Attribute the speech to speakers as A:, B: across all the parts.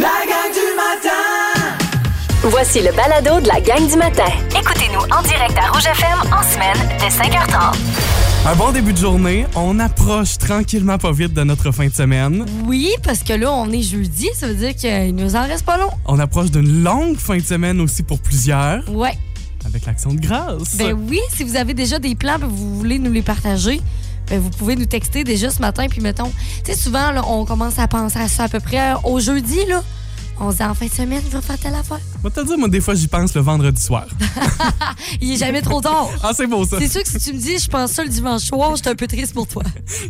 A: La gang du matin!
B: Voici le balado de la gang du matin.
C: Écoutez-nous en direct à Rouge FM en semaine dès 5h30.
D: Un bon début de journée. On approche tranquillement pas vite de notre fin de semaine.
E: Oui, parce que là, on est jeudi, ça veut dire qu'il nous en reste pas long.
D: On approche d'une longue fin de semaine aussi pour plusieurs,
E: Ouais.
D: avec l'action de grâce.
E: Ben oui, si vous avez déjà des plans puis vous voulez nous les partager, ben vous pouvez nous texter déjà ce matin. Puis mettons, tu sais, souvent, là, on commence à penser à ça à peu près euh, au jeudi, là. On se dit en fin de semaine, je vais faire telle affaire.
D: Moi, te dire, moi, des fois, j'y pense le vendredi soir.
E: Il est jamais trop tard.
D: Ah, c'est beau, ça.
E: C'est sûr que si tu me dis, je pense ça le dimanche soir, je suis un peu triste pour toi.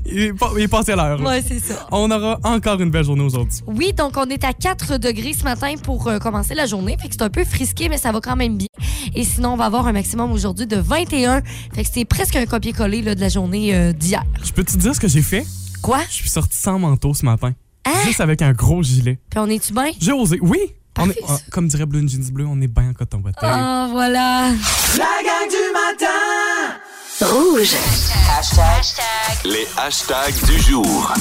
D: Il est, pas- il est passé l'heure.
E: Ouais, c'est ça.
D: On aura encore une belle journée aujourd'hui.
E: Oui, donc on est à 4 degrés ce matin pour euh, commencer la journée. Fait que c'est un peu frisqué, mais ça va quand même bien. Et sinon, on va avoir un maximum aujourd'hui de 21. Fait que c'est presque un copier-coller là, de la journée euh, d'hier.
D: Je peux te dire ce que j'ai fait?
E: Quoi?
D: Je suis sorti sans manteau ce matin.
E: Hein?
D: Juste avec un gros gilet.
E: Puis on est-tu bien?
D: J'ai osé. Oui! On est,
E: Parfait, ça.
D: ah, comme dirait Blue Jeans Bleu, on est bien en coton botté.
E: Ah, voilà.
A: La gang du matin!
F: Les hashtags du jour.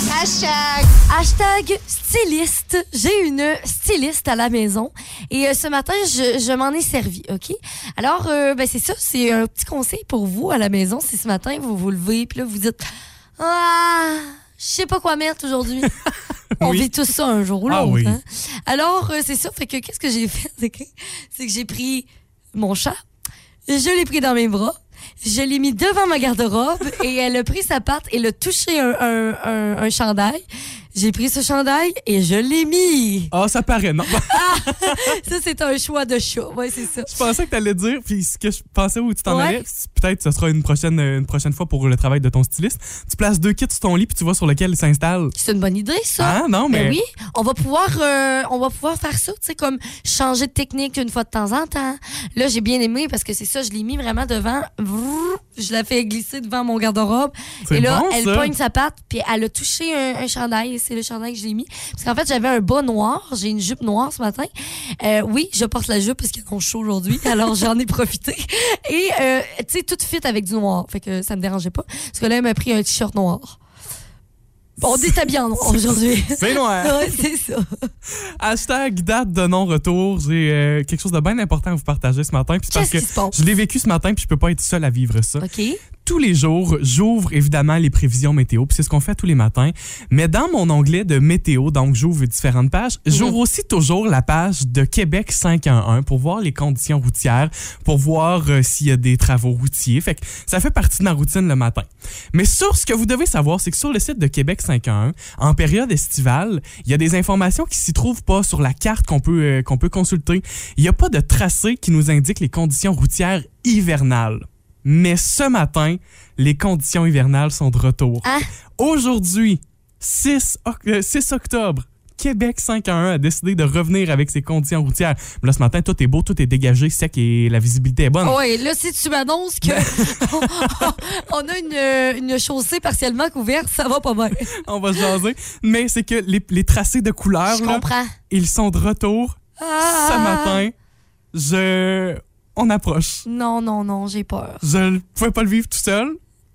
E: Hashtag styliste. J'ai une styliste à la maison. Et euh, ce matin, je, je m'en ai servi, OK? Alors, euh, ben, c'est ça, c'est un petit conseil pour vous à la maison. Si ce matin, vous vous levez, puis là, vous dites Ah, je sais pas quoi mettre aujourd'hui. On
D: Oui.
E: vit tous ça un jour ou l'autre.
D: Ah oui.
E: hein. Alors, euh, c'est ça, fait que qu'est-ce que j'ai fait? c'est que- C'est que j'ai pris mon chat, je l'ai pris dans mes bras, je l'ai mis devant ma garde-robe et elle a pris sa patte et l'a touché un, un, un- un chandail. J'ai pris ce chandail et je l'ai mis.
D: Ah, ça paraît, non?
E: Ça, c'est un choix de chat. Ouais, c'est ça.
D: Je pensais que t'allais dire, puis ce que je pensais où tu t'en
E: Ouais.
D: allais, c'est- peut-être ce sera une prochaine, euh, une prochaine fois pour le travail de ton styliste. Tu places deux kits sur ton lit, puis tu vois sur lequel il s'installe.
E: C'est une bonne idée, ça.
D: Ah, non, mais.
E: Ben oui, on va pouvoir, euh, on va pouvoir faire ça, tu sais, comme changer de technique une fois de temps en temps. Là, j'ai bien aimé parce que c'est ça, je l'ai mis vraiment devant. Vrrr, Je la fais glisser devant mon garde-robe.
D: C'est
E: Et là,
D: bon,
E: elle
D: ça.
E: pogne sa patte, puis elle a touché un, un chandail, et c'est le chandail que j'ai mis. Parce qu'en fait, j'avais un bas noir, j'ai une jupe noire ce matin. Euh, oui, je porte la jupe parce qu'ils ont chaud aujourd'hui, alors j'en ai profité. Et, euh, tu sais, tout fit avec du noir, fait que ça me dérangeait pas. Parce que là, elle m'a pris un t-shirt noir. On est habillé en noir aujourd'hui.
D: C'est noir.
E: Ouais, c'est ça.
D: Hashtag date de non-retour. J'ai euh, quelque chose de bien important à vous partager ce matin. Puis c'est parce
E: Qu'est-ce
D: que
E: qui se passe?
D: je l'ai vécu ce matin, puis je peux pas être seul à vivre ça.
E: OK.
D: Tous les jours, j'ouvre évidemment les prévisions météo, puis c'est ce qu'on fait tous les matins. Mais dans mon onglet de météo, donc j'ouvre différentes pages, j'ouvre aussi toujours la page de Québec 511 pour voir les conditions routières, pour voir euh, s'il y a des travaux routiers. Fait que ça fait partie de ma routine le matin. Mais sur ce que vous devez savoir, c'est que sur le site de Québec 511, en période estivale, il y a des informations qui s'y trouvent pas sur la carte qu'on peut, euh, qu'on peut consulter. Il n'y a pas de tracé qui nous indique les conditions routières hivernales. Mais ce matin, les conditions hivernales sont de retour.
E: Ah.
D: Aujourd'hui, 6, oc- euh, 6 octobre, Québec 511 a décidé de revenir avec ses conditions routières. Mais là, ce matin, tout est beau, tout est dégagé, sec et la visibilité est bonne.
E: Ouais, là, si tu m'annonces que
D: Ben.
E: on a une, une chaussée partiellement couverte, ça va pas mal.
D: On va se jaser. Mais c'est que les, les tracés de couleurs,
E: Je
D: là,
E: comprends.
D: ils sont de retour
E: Ah.
D: ce matin. Je. On approche.
E: Non, non, non, j'ai peur.
D: Je ne pouvais pas le vivre tout seul.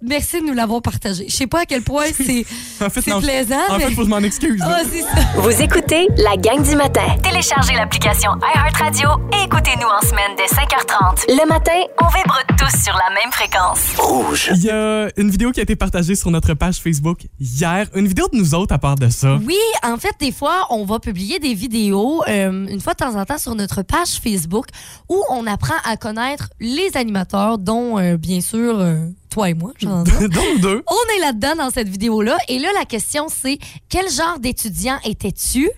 E: Merci de nous l'avoir partagé. Je sais pas à quel point c'est
D: En fait,
E: c'est
D: non,
E: plaisant,
D: En
E: mais.
D: fait, faut que je m'en excuse.
E: Ah,
D: là.
E: c'est ça.
B: Vous écoutez la gang du matin.
C: Téléchargez l'application iHeartRadio et écoutez-nous en semaine dès 5h30.
B: Le matin,
C: On vibre tous sur la même fréquence.
F: Rouge.
D: Il y a une vidéo qui a été partagée sur notre page Facebook hier. Une vidéo de nous autres à part de ça.
E: Oui, en fait, des fois, on va publier des vidéos euh, une fois de temps en temps sur notre page Facebook où on apprend à connaître les animateurs, dont, euh, bien sûr, euh, toi et moi, j'en
D: Donc deux.
E: On est là-dedans dans cette vidéo-là. Et là, la question, c'est quel genre d'étudiant étais-tu?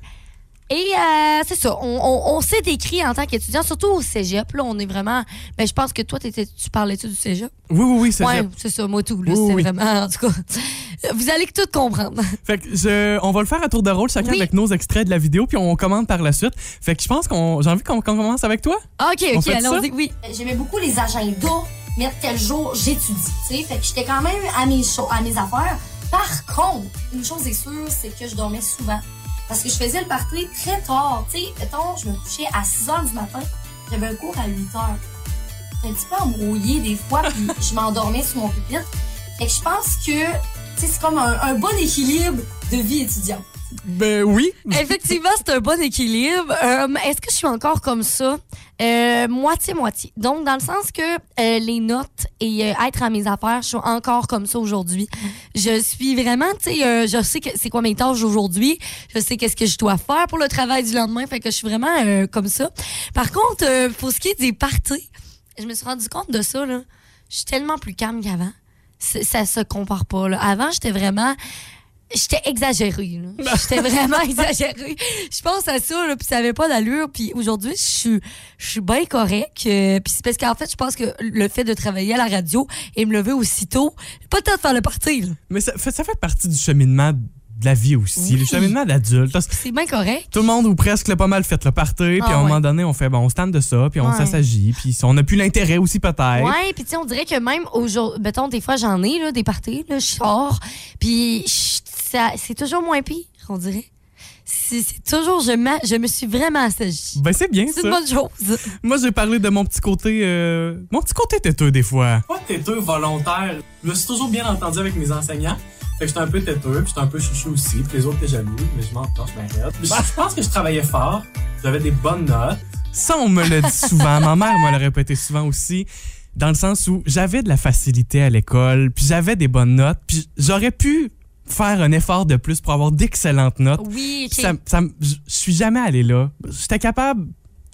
E: Et euh, c'est ça, on, on- on s'est décrit en tant qu'étudiant, surtout au cégep. Là, on est vraiment. Ben, je pense que toi, t'étais- tu parlais-tu du cégep?
D: Oui, oui, oui, c'est
E: Ouais,
D: vrai.
E: c'est ça, moi tout. là,
D: Oui,
E: c'est
D: oui.
E: vraiment. En tout cas, vous allez tout comprendre.
D: Fait que je, on va le faire à tour de rôle, chacun
E: Oui.
D: avec nos extraits de la vidéo, puis on commente par la suite. Fait que je pense qu'on. J'ai envie qu'on qu'on commence avec toi.
E: OK,
D: On
E: OK,
D: fait ça?
E: allons-y. Oui.
G: J'aimais beaucoup les agendas, mettre quel jour j'étudie, tu sais. Fait que j'étais quand même à mes, cho- à mes affaires. Par contre, une chose est sûre, c'est que je dormais souvent. Parce que je faisais le party très tard, tu sais. Mettons, je me couchais à 6 heures du matin, j'avais un cours à 8 heures. J'étais un petit peu embrouillée des fois, puis je m'endormais sur mon pupitre. Fait que je pense que, tu sais, c'est comme un, un bon équilibre de vie étudiante. tu sais.
D: Ben oui.
E: Effectivement, c'est un bon équilibre. Euh, Est-ce que je suis encore comme ça? Euh, Moitié-moitié. Donc, dans le sens que euh, les notes et euh, être à mes affaires, je suis encore comme ça aujourd'hui. Je suis vraiment, tu sais, euh, je sais que c'est quoi mes tâches aujourd'hui. Je sais qu'est-ce que je dois faire pour le travail du lendemain. Fait que je suis vraiment euh, comme ça. Par contre, euh, pour ce qui est des parties, je me suis rendu compte de ça, là. Je suis tellement plus calme qu'avant. C'est- Ça se compare pas, là. Avant, j'étais vraiment j'étais exagérée. là. J'étais vraiment exagérée. Je pense à ça, là, puis ça avait pas d'allure. Puis aujourd'hui, je suis, je suis bien correcte. euh, puis c'est parce qu'en fait, je pense que le fait de travailler à la radio et me lever aussitôt, j'ai pas le temps de faire le parti. là.
D: Mais ça fait, ça fait partie du cheminement de la vie aussi,
E: Oui.
D: le cheminement d'adulte. Parce que
E: C'est bien correct.
D: Tout le monde ou presque l'a pas mal fait le party, puis
E: Ah
D: à un
E: ouais.
D: moment donné, on fait, bon, on se tente de ça, puis on
E: Ouais.
D: s'assagit, puis on n'a plus l'intérêt aussi peut-être.
E: Ouais, puis tu sais, on dirait que même aujourd'hui, mettons, des fois, j'en ai, là, des parties, là, je sors, puis je- ça- c'est toujours moins pire, on dirait. C'est c'est toujours, je, m'a- je me suis vraiment assagie.
D: Ben c'est bien
E: C'est
D: ça.
E: une bonne chose.
D: Moi j'ai parlé de mon petit côté, euh, mon petit côté têteux des fois.
H: pas têteux volontaire. Je me suis toujours bien entendu avec mes enseignants. Fait que j'étais un peu têteux, puis j'étais un peu chouchou aussi, puis les autres étaient jaloux, mais je m'en torche, je m'arrête. Je
D: Bah.
H: je pense que je travaillais fort, j'avais des bonnes notes.
D: Ça on me le dit souvent, ma mère me le répétait souvent aussi, dans le sens où j'avais de la facilité à l'école, puis j'avais des bonnes notes, puis j'aurais pu faire un effort de plus pour avoir d'excellentes notes.
E: Oui,
D: Puis ça- ça me- je je suis jamais allé là. J'étais capable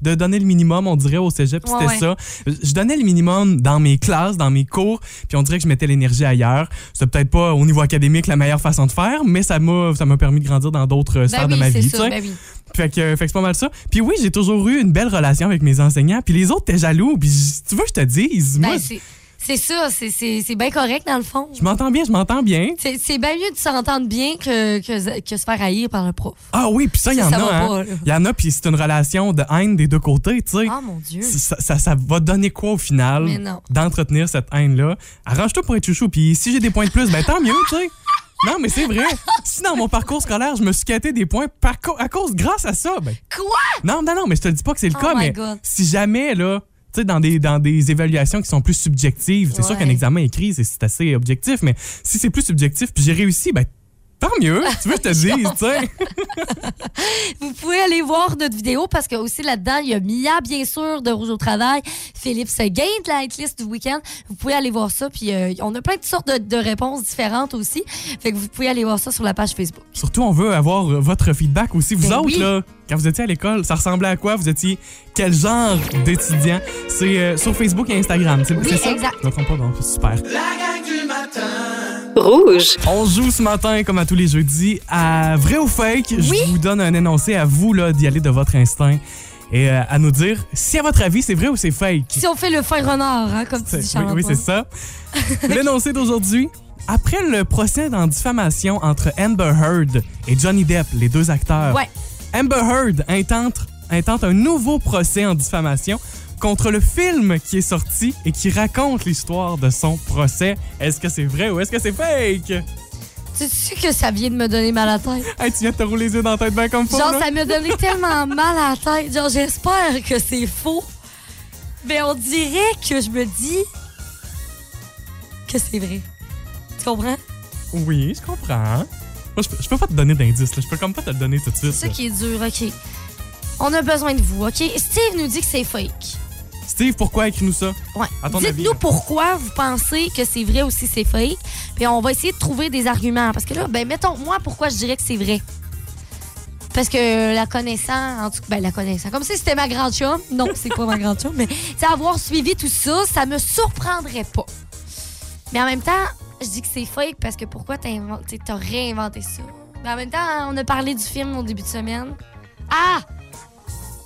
D: de donner le minimum, on dirait, au cégep, puis
E: Ouais,
D: c'était ça. Je donnais le minimum dans mes classes, dans mes cours, puis on dirait que je mettais l'énergie ailleurs. C'était peut-être pas, au niveau académique, la meilleure façon de faire, mais ça m'a ça m'a permis de grandir dans d'autres sphères de ma
E: c'est
D: vie. tu
E: ça,
D: sais.
E: ben oui.
D: Fait que, fait que c'est pas mal ça. Puis oui, j'ai toujours eu une belle relation avec mes enseignants, puis les autres étaient jaloux, puis j- tu veux que je te dise, moi,
E: Ben, c'est- c'est ça, c'est- c'est c'est bien correct dans le fond.
D: je m'entends bien, je m'entends bien.
E: C'est c'est bien mieux de s'entendre bien que, que, que se faire haïr par le prof.
D: Ah oui, puis ça, il y
E: Ça,
D: en
E: ça
D: a,
E: va
D: hein.
E: pas, là.
D: Il y en a, puis c'est une relation de haine des deux côtés, tu sais.
E: Ah mon Dieu.
D: ça, ça- ça va donner quoi au final
E: Mais non.
D: d'entretenir cette haine-là? Arrange-toi pour être chouchou, puis si j'ai des points de plus, ben tant mieux, tu sais. Non, mais c'est vrai. Si dans mon parcours scolaire, je me suis quitté des points par co- à cause, grâce à ça, ben.
E: Quoi?
D: Non, non, non, mais je te le dis pas que c'est le
E: Oh
D: cas,
E: my
D: mais
E: God.
D: si jamais, là, tu sais, dans des, dans des évaluations qui sont plus subjectives, c'est sûr
E: Ouais.
D: qu'un examen écrit, c'est- c'est assez objectif, mais si c'est plus subjectif, puis j'ai réussi, ben. Tant mieux, tu veux que je te dise, tu sais.
E: Vous pouvez aller voir notre vidéo parce que aussi là-dedans, il y a Mia, bien sûr, de Rouge au Travail, Philippe Seguin de la hitlist du week-end. Vous pouvez aller voir ça, puis euh, on a plein de sortes de, de réponses différentes aussi. Fait que vous pouvez aller voir ça sur la page Facebook.
D: Surtout, on veut avoir euh, votre feedback aussi. Vous
E: Ben
D: autres,
E: oui.
D: là, quand vous étiez à l'école, ça ressemblait à quoi? Vous étiez quel genre d'étudiant? C'est euh, sur Facebook et Instagram. C'est
E: Oui,
D: c'est ça?
E: exact.
D: Je me trompe pas, bon, c'est
A: La
D: super.
A: gang du matin.
B: Rouge.
D: On joue ce matin, comme à tous les jeudis, à vrai ou fake.
E: Oui.
D: Je vous donne un énoncé à vous là, d'y aller de votre instinct et euh, à nous dire si, à votre avis, c'est vrai ou c'est fake.
E: Si on fait le fin renard, hein, comme tu dis,
D: Oui,
E: Charles.
D: oui, c'est ça. L'énoncé d'aujourd'hui. Après le procès en diffamation entre Amber Heard et Johnny Depp, les deux acteurs,
E: Ouais.
D: Amber Heard intente, intente un nouveau procès en diffamation contre le film qui est sorti et qui raconte l'histoire de son procès. Est-ce que c'est vrai ou est-ce que c'est fake?
E: Tu sais que ça vient de me donner mal à la tête?
D: Hey, tu viens de te rouler les yeux dans la tête bien comme
E: Genre,
D: là.
E: ça m'a donné tellement mal à la tête. Genre, j'espère que c'est faux. Mais on dirait que je me dis que c'est vrai. Tu comprends?
D: Oui, je comprends. Moi, je peux, je peux pas te donner d'indice. là. Je peux comme pas te le donner tout de suite.
E: C'est ça
D: là.
E: qui est dur, OK. On a besoin de vous, OK? Steve nous dit que c'est fake.
D: Steve, pourquoi écris-nous ça?
E: Ouais.
D: À ton avis,
E: Dites-nous
D: là.
E: pourquoi vous pensez que c'est vrai ou si c'est fake. Puis on va essayer de trouver des arguments. Parce que là, ben mettons, moi, pourquoi je dirais que c'est vrai? Parce que la connaissant, en tout cas, ben la connaissant. Comme si c'était ma grande chum. Non, c'est pas ma grande chum, mais tu sais, avoir suivi tout ça, ça me surprendrait pas. Mais en même temps, je dis que c'est fake parce que pourquoi t'as invent- t'sais, t'as réinventé ça? Ben en même temps, on a parlé du film au début de semaine. Ah!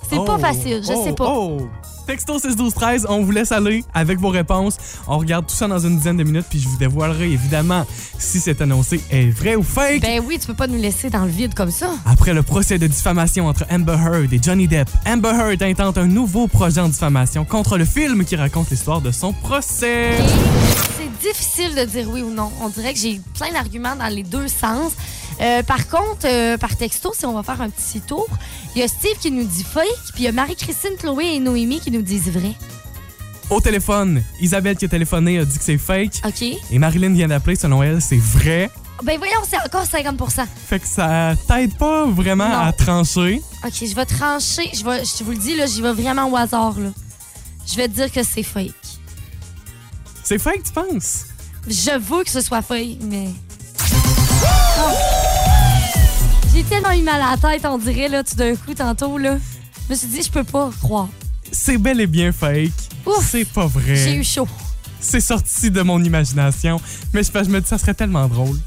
E: C'est
D: Oh,
E: pas facile, je
D: oh,
E: sais pas.
D: Oh. Texto 612-13, on vous laisse aller avec vos réponses. On regarde tout ça dans une dizaine de minutes, puis je vous dévoilerai évidemment si cet annoncé est vrai ou fake.
E: Ben oui, tu peux pas nous laisser dans le vide comme ça.
D: Après le procès de diffamation entre Amber Heard et Johnny Depp, Amber Heard intente un nouveau projet en diffamation contre le film qui raconte l'histoire de son procès.
E: C'est difficile de dire oui ou non. On dirait que j'ai plein d'arguments dans les deux sens. Euh, par contre, euh, par texto, si on va faire un petit tour, il y a Steve qui nous dit fake, puis il y a Marie-Christine, Chloé et Noémie qui nous disent vrai.
D: Au téléphone, Isabelle qui a téléphoné a dit que c'est fake.
E: OK?
D: Et Marilyn vient d'appeler, selon elle, c'est vrai.
E: Ben voyons, c'est encore 50 OK,
D: Fait que ça t'aide pas vraiment
E: Non.
D: à trancher.
E: je vais trancher. Je, vais, je vous le dis, là, j'y vais vraiment au hasard. Là. Je vais te dire que c'est fake.
D: C'est fake, tu penses?
E: Je veux que ce soit fake, mais... Oh. J'ai tellement eu mal à la tête, on dirait, là, tout d'un coup, tantôt. Là. Je me suis dit, je peux pas croire.
D: C'est bel et bien fake.
E: Ouf!
D: C'est pas
E: J'ai
D: vrai.
E: eu chaud.
D: C'est sorti de mon imagination. Mais je, je me dis, ça serait tellement drôle.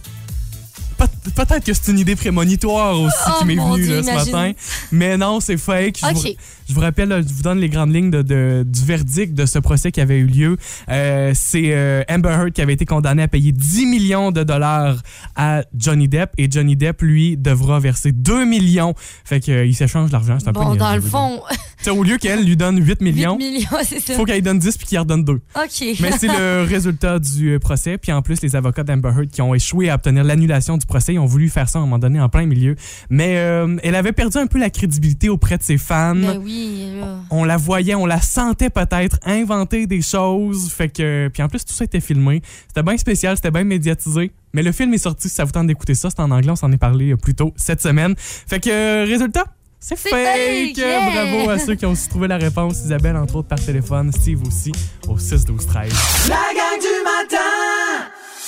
D: Pe- Peut-être que c'est une idée prémonitoire aussi
E: Oh
D: qui m'est
E: mon
D: venue
E: Dieu,
D: là, ce
E: imagine.
D: matin. Mais non, c'est fake. Je, vous,
E: OK.
D: je vous rappelle, là, je vous donne les grandes lignes de, de- du verdict de ce procès qui avait eu lieu. Euh, c'est euh, Amber Heard qui avait été condamnée à payer 10 millions de dollars à Johnny Depp. Et Johnny Depp, lui, devra verser 2 millions. Fait euh, qu'ils s'échangent l'argent. C'est un peu
E: Bon, dans
D: niaiseux,
E: le
D: là.
E: fond,
D: Tu sais, au lieu qu'elle lui donne 8
E: 8
D: millions,
E: millions, c'est ça.
D: faut qu'elle lui donne 10 puis qu'il redonne 2.
E: OK.
D: Mais c'est le résultat du euh, procès. Puis en plus, les avocats d'Amber Heard qui ont échoué à obtenir l'annulation du procès, ils ont voulu faire ça à un moment donné en plein milieu. Mais euh, elle avait perdu un peu la crédibilité auprès de ses fans.
E: Ben oui, là.
D: On la voyait, on la sentait peut-être inventer des choses. Fait que. Puis en plus, tout ça était filmé. C'était bien spécial, c'était bien médiatisé. Mais le film est sorti, si ça vous tente d'écouter ça, c'est en anglais, on s'en est parlé euh, plus tôt cette semaine. Fait que, euh, résultat, c'est
E: C'est
D: fake!
E: fake, yeah!
D: Bravo à ceux qui ont aussi trouvé la réponse. Isabelle, entre autres, par téléphone. Steve aussi, au 6-12-13.
A: La gang du matin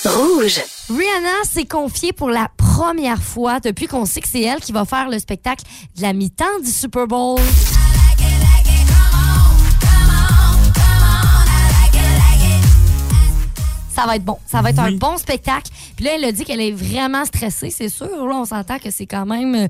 B: Rouge.
E: Rihanna s'est confiée pour la première fois depuis qu'on sait que c'est elle qui va faire le spectacle de la mi-temps du Super Bowl. Ça va être bon. Ça va être un
D: Oui.
E: bon spectacle. Puis là, elle a dit qu'elle est vraiment stressée, c'est sûr. Là, on s'entend que c'est quand même euh,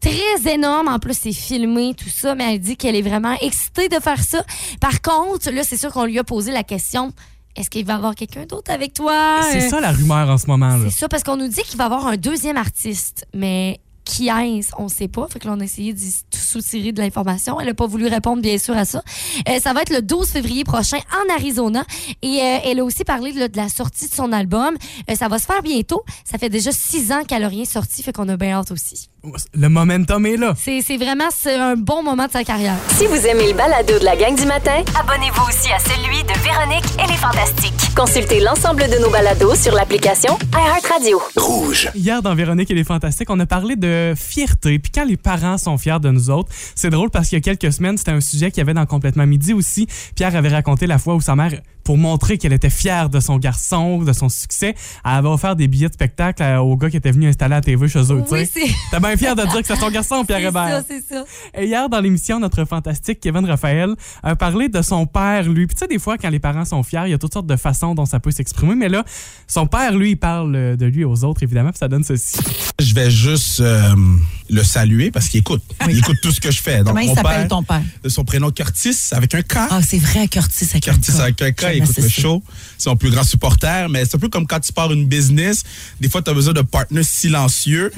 E: très énorme. En plus, c'est filmé, tout ça. Mais elle dit qu'elle est vraiment excitée de faire ça. Par contre, là, c'est sûr qu'on lui a posé la question est-ce qu'il va y avoir quelqu'un d'autre avec toi?
D: C'est
E: Euh,
D: ça la rumeur en ce moment. Là.
E: C'est ça, parce qu'on nous dit qu'il va y avoir un deuxième artiste, mais qui est-ce? On sait pas. Fait que là, on a essayé de tout soutirer de l'information. Elle n'a pas voulu répondre, bien sûr, à ça. Euh, ça va être le 12 février prochain en Arizona. Et euh, elle a aussi parlé de, de la sortie de son album. Euh, ça va se faire bientôt. Ça fait déjà six ans qu'elle n'a rien sorti, fait qu'on a bien hâte aussi.
D: Le momentum est là.
E: C'est c'est vraiment c'est un bon moment de sa carrière.
B: Si vous aimez le balado de la gang du matin,
C: Abonnez-vous aussi à celui de Véronique et les Fantastiques.
B: consultez l'ensemble de nos balados sur l'application iHeartRadio.
F: Rouge.
D: Hier dans Véronique et les Fantastiques, on a parlé de fierté. Puis quand les parents sont fiers de nous autres, c'est drôle parce qu'il y a quelques semaines, c'était un sujet qu'il y avait dans Complètement Midi aussi. Pierre avait raconté la fois où sa mère, pour montrer qu'elle était fière de son garçon, de son succès, elle avait offert des billets de spectacle euh, au gars qui était venu installer la TV chez eux. tu
E: Oui,
D: sais.
E: c'est
D: T'es bien fier de dire que c'est son garçon, Pierre
E: c'est ça,
D: Hébert.
E: c'est ça.
D: Et hier, dans l'émission, notre fantastique Kevin Raphaël a parlé de son père, lui. Puis tu sais, des fois, quand les parents sont fiers, il y a toutes sortes de façons dont ça peut s'exprimer. Mais là, son père, lui, il parle euh, de lui aux autres, évidemment, puis ça donne ceci.
I: Je vais juste euh, le saluer parce qu'il écoute. Il écoute tout ce que je fais. Donc,
J: Comment il
I: mon
J: s'appelle
I: père, euh,
J: ton père?
I: Son prénom Curtis avec un K.
J: Ah, c'est vrai, Curtis avec
I: Curtis
J: un
I: avec
J: K.
I: un K, il
J: J'aime
I: écoute
J: ça,
I: le
J: ça.
I: show. C'est son plus grand supporter. Mais c'est un peu comme quand tu pars une business. Des fois, tu as besoin de partenaires silencieux.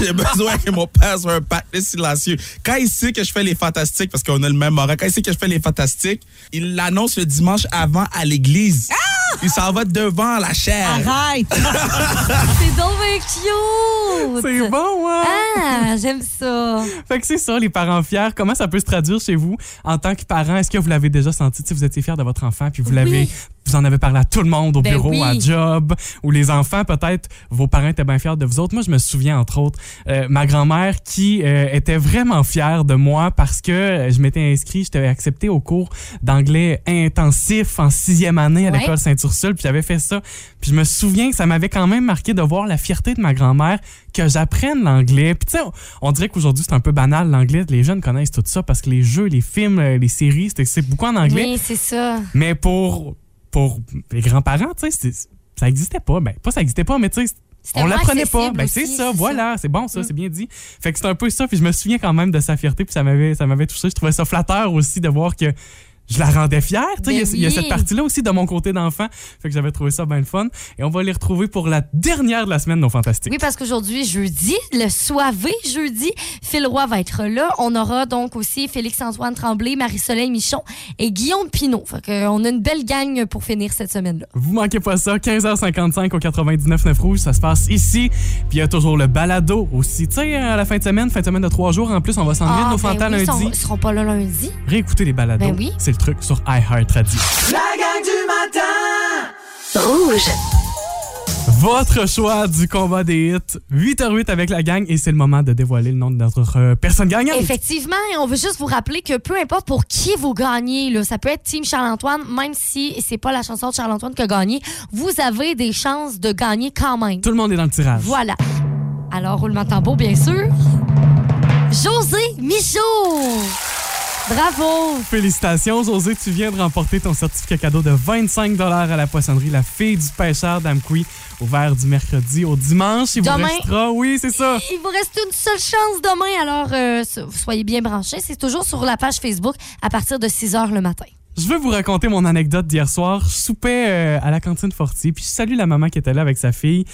I: J'ai besoin que mon père soit un partenaire silencieux. Quand il sait que je fais les fantastiques, parce qu'on a le même moral, quand il sait que je fais les fantastiques, il l'annonce le dimanche avant à l'église.
J: Ah!
I: Il s'en va devant la chaire.
J: Arrête!
E: C'est donc bien cute!
D: C'est bon, hein?
E: Ah, j'aime ça.
D: Fait que c'est ça, les parents fiers. Comment ça peut se traduire chez vous en tant que parent? Est-ce que vous l'avez déjà senti? Si vous étiez fier de votre enfant, puis vous l'avez. Vous en avez parlé à tout le monde, au
E: Ben
D: bureau,
E: oui.
D: à job, ou les enfants, peut-être, vos parents étaient bien fiers de vous autres. Moi, je me souviens, entre autres, euh, ma grand-mère qui euh, était vraiment fière de moi parce que euh, je m'étais inscrit, j'étais accepté au cours d'anglais intensif en sixième année à
E: Ouais.
D: l'école Saint-Ursule, puis j'avais fait ça. Puis je me souviens que ça m'avait quand même marqué de voir la fierté de ma grand-mère que j'apprenne l'anglais. Puis tu sais, on- on dirait qu'aujourd'hui, c'est un peu banal l'anglais. Les jeunes connaissent tout ça parce que les jeux, les films, euh, les séries, c'est- c'est beaucoup en anglais.
E: Oui, c'est ça.
D: Mais pour, pour les grands-parents, tu sais, c'est- ça n'existait pas. Ben, pas ça n'existait pas, mais tu sais, on
E: C'était vraiment
D: l'apprenait pas.
E: accessible
D: Ben, c'est
E: aussi, Mm.
D: ça, voilà, c'est bon ça, c'est bien dit. Fait que c'est un peu ça. Puis je me souviens quand même de sa fierté, puis ça m'avait, ça m'avait touché. Je trouvais ça flatteur aussi de voir que je la rendais fière. Tu sais,
E: Ben
D: il y a- il y, a
E: oui.
D: cette partie-là aussi de mon côté d'enfant. Fait que j'avais trouvé ça bien le fun. Et on va les retrouver pour la dernière de la semaine, nos fantastiques.
E: Oui, parce qu'aujourd'hui, jeudi, le soivé jeudi, Phil Roy va être là. On aura donc aussi Félix-Antoine Tremblay, Marie-Soleil Michon et Guillaume Pinot. Fait que, euh, on a une belle gang pour finir cette semaine-là.
D: Vous manquez pas ça, 15h55 au 99.9 Rouge, ça se passe ici. Puis il y a toujours le balado aussi. Tu sais, à la fin de semaine, fin de semaine de trois jours, en plus, on va s'ennuyer de nos
E: ben
D: fantas
E: oui, ils
D: lundi.
E: sont- seront pas là lundi.
D: Réécouter les balados,
E: Ben oui.
D: c'est le truc sur iHeartRadio.
A: La gang du matin
B: Rouge.
D: votre choix du combat des hits. 8h08 avec la gang et c'est le moment de dévoiler le nom de notre euh, personne gagnante.
E: Effectivement, et on veut juste vous rappeler que peu importe pour qui vous gagnez, là, ça peut être Team Charles-Antoine, même si c'est pas la chanson de Charles-Antoine que gagné, vous avez des chances de gagner quand même.
D: Tout le monde est dans le tirage.
E: Voilà. Alors, roulement de tambour, bien sûr. José Michaud! Bravo!
D: Félicitations, José, tu viens de remporter ton certificat cadeau de 25 à la poissonnerie La Fille du pêcheur d'Amqui, ouvert du mercredi au dimanche. Il
E: Demain.
D: vous restera, oui, c'est ça.
E: Il vous reste une seule chance demain, alors euh, so- soyez bien branchés. C'est toujours sur la page Facebook à partir de 6 h le matin.
D: Je veux vous raconter mon anecdote d'hier soir. Je soupais euh, à la cantine Fortier, puis je salue la maman qui était là avec sa fille.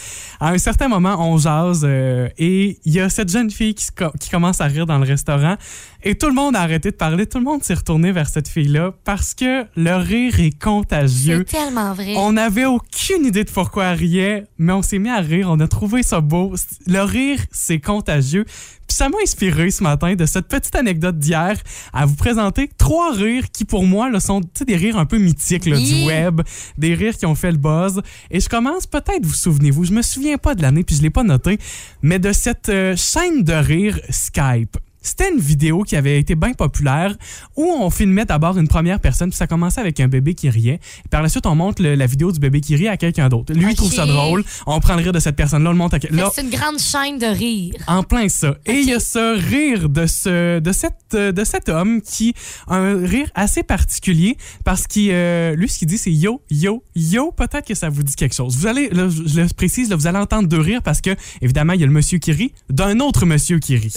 D: À un certain moment, on jase euh, et il y a cette jeune fille qui, se co- qui commence à rire dans le restaurant. Et tout le monde a arrêté de parler, tout le monde s'est retourné vers cette fille-là parce que le rire est contagieux.
E: C'est tellement vrai.
D: On n'avait aucune idée de pourquoi elle riait, mais on s'est mis à rire, on a trouvé ça beau. C- Le rire, c'est contagieux. Puis ça m'a inspiré ce matin de cette petite anecdote d'hier à vous présenter trois rires qui, pour moi, là, sont tu sais, des rires un peu mythiques là,
E: Oui.
D: du web, des rires qui ont fait le buzz. Et je commence, peut-être vous souvenez-vous, je me souviens pas de l'année puis je l'ai pas noté, mais de cette euh, chaîne de rire Skype. C'était une vidéo qui avait été bien populaire où on filmait d'abord une première personne, puis ça commençait avec un bébé qui riait. Par la suite, on montre le- la vidéo du bébé qui rit à quelqu'un d'autre. Lui, il
E: Ok.
D: trouve ça drôle. On prend le rire de cette personne-là, on le monte à quelqu'un.
E: Fait
D: Là,
E: que C'est une grande chaîne de rire.
D: en plein ça. Et il y a ce rire de, ce, de, cette, euh, de cet homme qui a un rire assez particulier parce que lui, ce qu'il dit, c'est yo, yo, yo. Peut-être que ça vous dit quelque chose. Vous allez, là, je je le précise, là, vous allez entendre deux rires parce que, évidemment, il y a le monsieur qui rit d'un autre monsieur qui rit.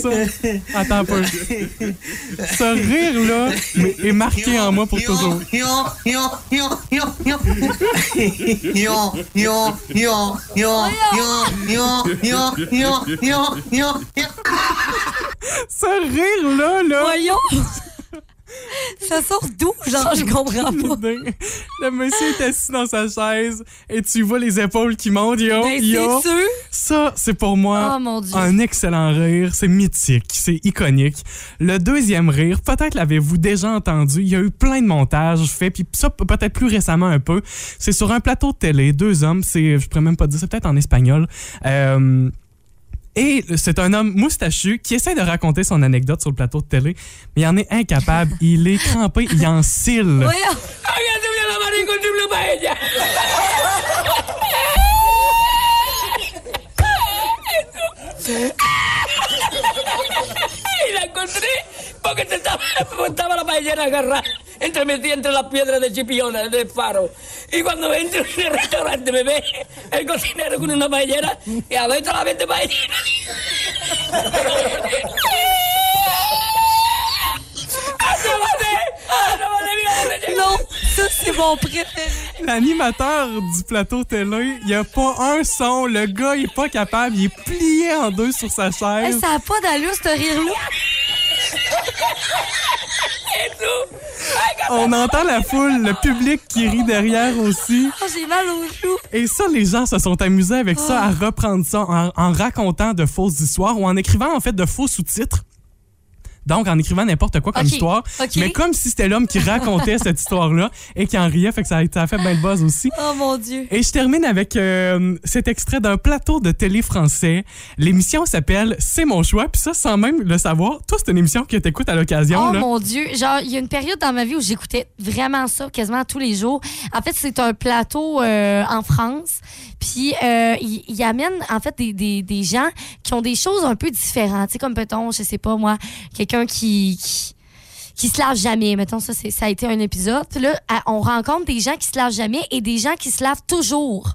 D: Ça, attends un peu. Ce rire-là mais, est marqué en moi pour toujours. Ce rire-là, là.
E: Voyons! ça sort d'où, genre? Je comprends pas.
D: Soudain, Le monsieur est assis dans sa chaise et tu vois les épaules qui montent. Yo,
E: Ben,
D: yo.
E: c'est sûr!
D: Ça, c'est pour moi
E: Oh, mon Dieu.
D: un excellent rire. C'est mythique, c'est iconique. Le deuxième rire, peut-être l'avez-vous déjà entendu. Il y a eu plein de montages faits, puis ça, p- peut-être plus récemment un peu. C'est sur un plateau de télé, deux hommes, c'est, je pourrais même pas dire, c'est peut-être en espagnol. Euh, et c'est un homme moustachu qui essaie de raconter son anecdote sur le plateau de télé, mais il en est incapable. Il est crampé, il en cille.
E: Voyons! Non! Ça, c'est mon préféré!
D: L'animateur du plateau télé, il n'y a pas un son. Le gars, il est pas capable. Il est plié en deux sur sa
E: Hey,
D: chaise.
E: ça a pas d'allure, ce rire-là!
D: On entend la foule, le public qui rit derrière aussi.
E: Oh, j'ai mal aux joues!
D: Et ça, les gens se sont amusés avec ça,
E: Ah.
D: à reprendre ça en, en racontant de fausses histoires ou en écrivant, en fait, de faux sous-titres. Donc, en écrivant n'importe quoi comme
E: Ok,
D: histoire.
E: ok.
D: Mais comme si c'était l'homme qui racontait cette histoire-là et qui en riait, fait que ça a, ça a fait bien le buzz aussi.
E: Oh, mon Dieu!
D: Et je termine avec euh, cet extrait d'un plateau de télé français. L'émission s'appelle C'est mon choix. Puis ça, sans même le savoir, toi, c'est une émission que t'écoutes à l'occasion.
E: Oh
D: là.
E: mon Dieu, genre, il y a une période dans ma vie où j'écoutais vraiment ça quasiment tous les jours. En fait, c'est un plateau euh, en France. Puis, euh, il il amène, en fait, des, des, des gens qui ont des choses un peu différentes. Tu sais, comme, peut-on, je sais pas moi, quelqu'un qui. qui qui se lave jamais. Mettons, ça, c'est- ça a été un épisode. Puis là, à- on rencontre des gens qui se lavent jamais et des gens qui se lavent toujours.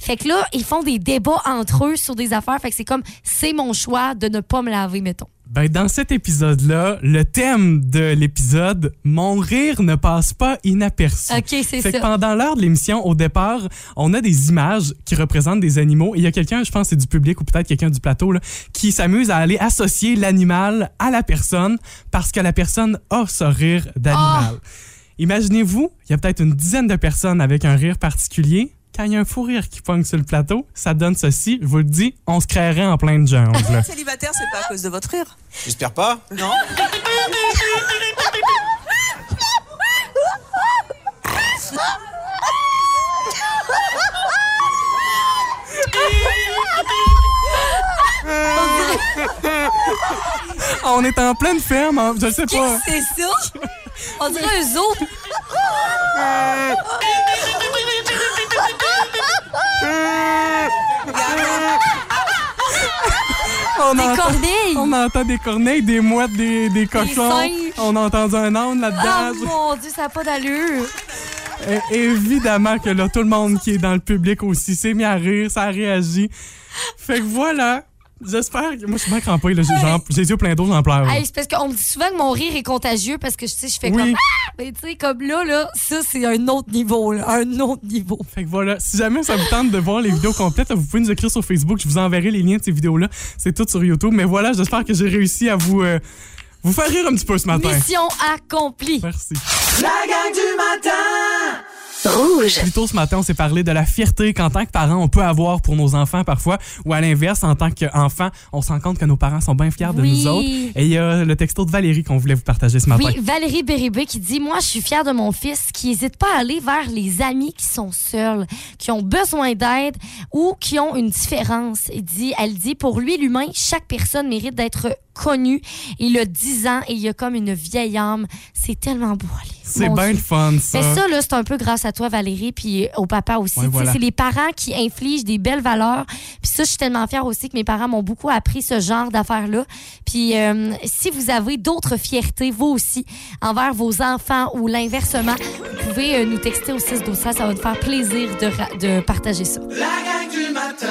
E: Fait que là, ils font des débats entre eux sur des affaires. Fait que c'est comme, c'est mon choix de ne pas me laver, mettons.
D: Ben, dans cet épisode-là, le thème de l'épisode, mon rire ne passe pas inaperçu.
E: OK, c'est
D: Fait que
E: ça.
D: pendant l'heure de l'émission, au départ, on a des images qui représentent des animaux. Et il y a quelqu'un, je pense que c'est du public ou peut-être quelqu'un du plateau, là, qui s'amuse à aller associer l'animal à la personne parce que la personne a ce
E: Ah!
D: rire d'animal. Imaginez-vous, il y a peut-être une dizaine de personnes avec un rire particulier. Quand il y a un fou rire qui pogne sur le plateau, ça donne ceci. Je vous le dis, on se créerait en plein de jambes. là.
J: Célibataire, c'est pas à cause de votre rire.
K: J'espère pas. Non.
D: Ah, on est en pleine ferme, hein, je le sais pas.
E: C'est ça? On dirait un zoo.
D: On
E: Des
D: entend-
E: corneilles.
D: On entend des corneilles, des mouettes, des, des cochons.
E: singes.
D: on a entendu un âne
E: Oh
D: là-dedans.
E: mon Dieu, ça n'a pas d'allure.
D: É- Évidemment que là, tout le monde qui est dans le public aussi s'est mis à rire, ça a réagi. Fait que voilà. J'espère que. Moi, je suis bien crampé, là. J'ai j'en- j'ai les yeux plein d'eau, j'en pleure. là.
E: Hey, c'est parce qu'on me dit souvent que mon rire est contagieux parce que tu sais, je fais
D: Ah. Oui.
E: comme Ah! Mais tu sais, comme là, là, ça, c'est un autre niveau, là, un autre niveau.
D: Fait que voilà. Si jamais ça vous tente de voir les vidéos complètes, vous pouvez nous écrire sur Facebook. Je vous enverrai les liens de ces vidéos-là. C'est tout sur YouTube. Mais voilà, j'espère que j'ai réussi à vous, euh, vous faire rire un petit peu ce matin.
E: Mission accomplie.
D: Merci.
A: La gang du matin!
D: Plus tôt ce matin, on s'est parlé de la fierté qu'en tant que parent, on peut avoir pour nos enfants parfois, ou à l'inverse, en tant qu'enfant, on se rend compte que nos parents sont bien fiers de
E: Oui.
D: nous autres. Et il y a le texto de Valérie qu'on voulait vous partager ce matin.
E: Oui, Valérie Bérébé qui dit Moi, je suis fière de mon fils qui n'hésite pas à aller vers les amis qui sont seuls, qui ont besoin d'aide ou qui ont une différence. Il dit, elle dit Pour lui, l'humain, chaque personne mérite d'être connue. Il a 10 ans et il a comme une vieille âme. C'est tellement beau, allez.
D: C'est
E: Mon
D: bien
E: Dieu.
D: le fun, ça.
E: Mais ça, là, c'est un peu grâce à toi, Valérie, puis au papa aussi.
D: Ah. Ouais,
E: Tu sais,
D: voilà.
E: C'est les parents qui infligent des belles valeurs. Puis ça, je suis tellement fière aussi que mes parents m'ont beaucoup appris ce genre d'affaires-là. Puis euh, si vous avez d'autres fiertés, vous aussi, envers vos enfants ou l'inversement, vous pouvez euh, nous texter au 6 12 13. Ça va nous faire plaisir de, ra- de partager ça.
A: La gang du matin!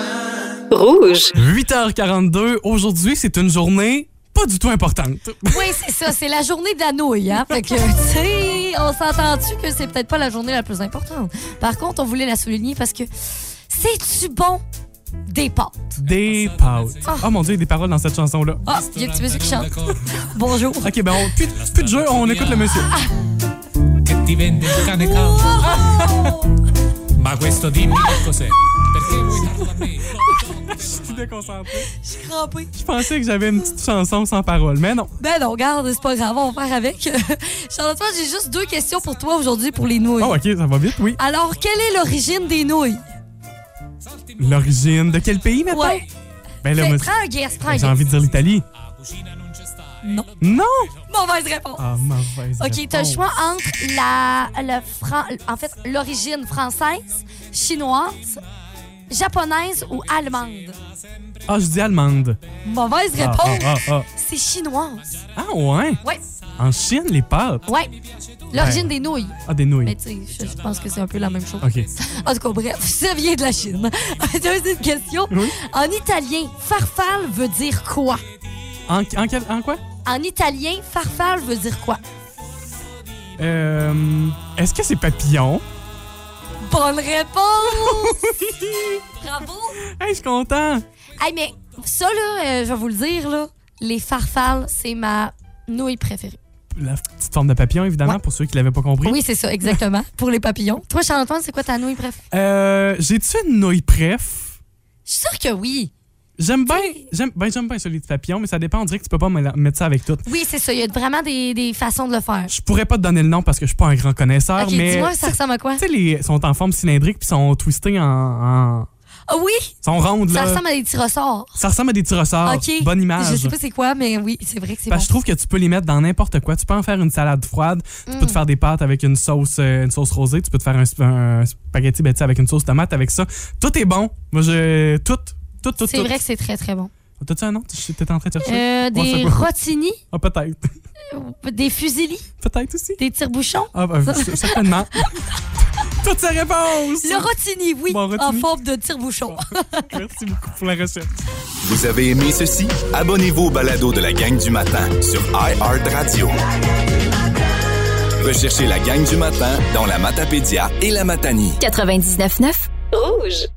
D: 8h42, aujourd'hui, c'est une journée pas du tout importante.
E: Oui, c'est ça. C'est la journée de la nouille. Hein? Fait que, tu sais, on s'entend-tu que c'est peut-être pas la journée la plus importante. Par contre, on voulait la souligner parce que c'est-tu bon des pâtes?
D: Des pâtes.
E: Ah.
D: Oh mon Dieu, il y a des paroles dans cette chanson-là.
E: Ah, il y a un petit monsieur qui chante. Bonjour.
D: Ok, ben, on, plus, de- plus de jeu, on écoute le monsieur. Ah,
L: Ma questo dimmi che cos'è. Perché vuoi darlo a me?
D: Je suis déconcentré.
E: Je suis crampée.
D: Je pensais que j'avais une petite chanson sans paroles, mais non.
E: Ben non, regarde, c'est pas grave, on va faire avec. Charlotte, j'ai juste deux questions pour toi aujourd'hui pour les nouilles.
D: Oh, ok, ça va vite, oui.
E: Alors, quelle est l'origine des nouilles?
D: L'origine de quel pays, maintenant?
E: Ouais.
D: Ben là,
E: Fais-
D: moi,
E: prends un guess, prends un
D: j'ai
E: guess.
D: envie de dire l'Italie.
E: Ah, Non.
D: Non!
E: Mauvaise réponse.
D: Ah, mauvaise
E: OK, t'as le
D: réponse.
E: choix entre la, le fran- en fait, l'origine française, chinoise, japonaise ou allemande.
D: Ah, je dis allemande.
E: Mauvaise
D: Ah,
E: réponse.
D: ah, ah,
E: C'est chinoise.
D: ah. Ah, ouais?
E: Ouais,
D: En Chine, les pâtes?
E: ouais. L'origine
D: Ouais.
E: des nouilles.
D: Ah, des
E: Mais
D: nouilles.
E: tu sais, je- je pense que c'est un peu la même chose.
D: OK.
E: En tout cas, bref, ça vient de la Chine. Deuxième question.
D: Oui.
E: En italien, farfalle veut dire quoi?
D: En, en quel- en quoi?
E: En italien, farfalle veut dire quoi?
D: Euh, Est-ce que c'est papillon?
E: Bonne réponse! Bravo!
D: Hey, je suis content!
E: Hey, mais ça, là, euh, je vais vous le dire, là, les farfales, c'est ma nouille préférée.
D: La petite forme de papillon, évidemment,
E: Ouais.
D: pour ceux qui l'avaient pas compris.
E: Oui, c'est ça, exactement. Pour les papillons. Toi, Charles-Antoine, c'est quoi ta nouille préférée?
D: Euh, J'ai-tu une nouille préf?
E: Je suis sûre que oui.
D: J'aime bien j'aime ben, j'aime bien celui de papillon, mais ça dépend. On dirait que tu peux pas me- mettre ça avec tout.
E: Oui, c'est ça. Il y a vraiment des, des façons de le faire.
D: Je pourrais pas te donner le nom parce que je suis pas un grand connaisseur,
E: Ok,
D: Ah, mais.
E: dis-moi, ça ressemble à quoi?
D: Tu sais, les sont en forme cylindrique puis sont twistés en. en-
E: Ah oui!
D: sont rondes,
E: Ça
D: là.
E: ressemble à des tyrosaures.
D: Ça ressemble à des tyrosaures.
E: OK.
D: Ah, Bonne image.
E: Je sais pas c'est quoi, mais oui, c'est vrai que c'est bon.
D: Parce que je trouve que tu peux les mettre dans n'importe quoi. Tu peux en faire une salade froide, tu
E: Mm.
D: peux te faire des pâtes avec une sauce, euh, une sauce rosée, tu peux te faire un, sp- un spaghetti ben, tu sais, avec une sauce tomate avec ça. Tout est bon. Moi, je. Tout. Tout, tout,
E: C'est
D: tout. Ah,
E: vrai que c'est très, très bon.
D: T'as-tu un nom? Tu étais en train de chercher?
E: Euh,
D: On sait
E: des
D: pas.
E: rotini,
D: Ah, peut-être.
E: des fusilis,
D: Peut-être aussi.
E: des tire-bouchons.
D: Ah, ben, c- certainement. Toutes ces réponses!
E: Le rotini, oui,
D: Bon, rotini.
E: en forme de tire-bouchon.
D: Merci beaucoup pour la recherche.
F: Vous avez aimé ceci? Abonnez-vous au balado de la gang du matin sur iHeartRadio. Recherchez la gang du matin dans la Matapédia et la Matanie.
C: 99.9.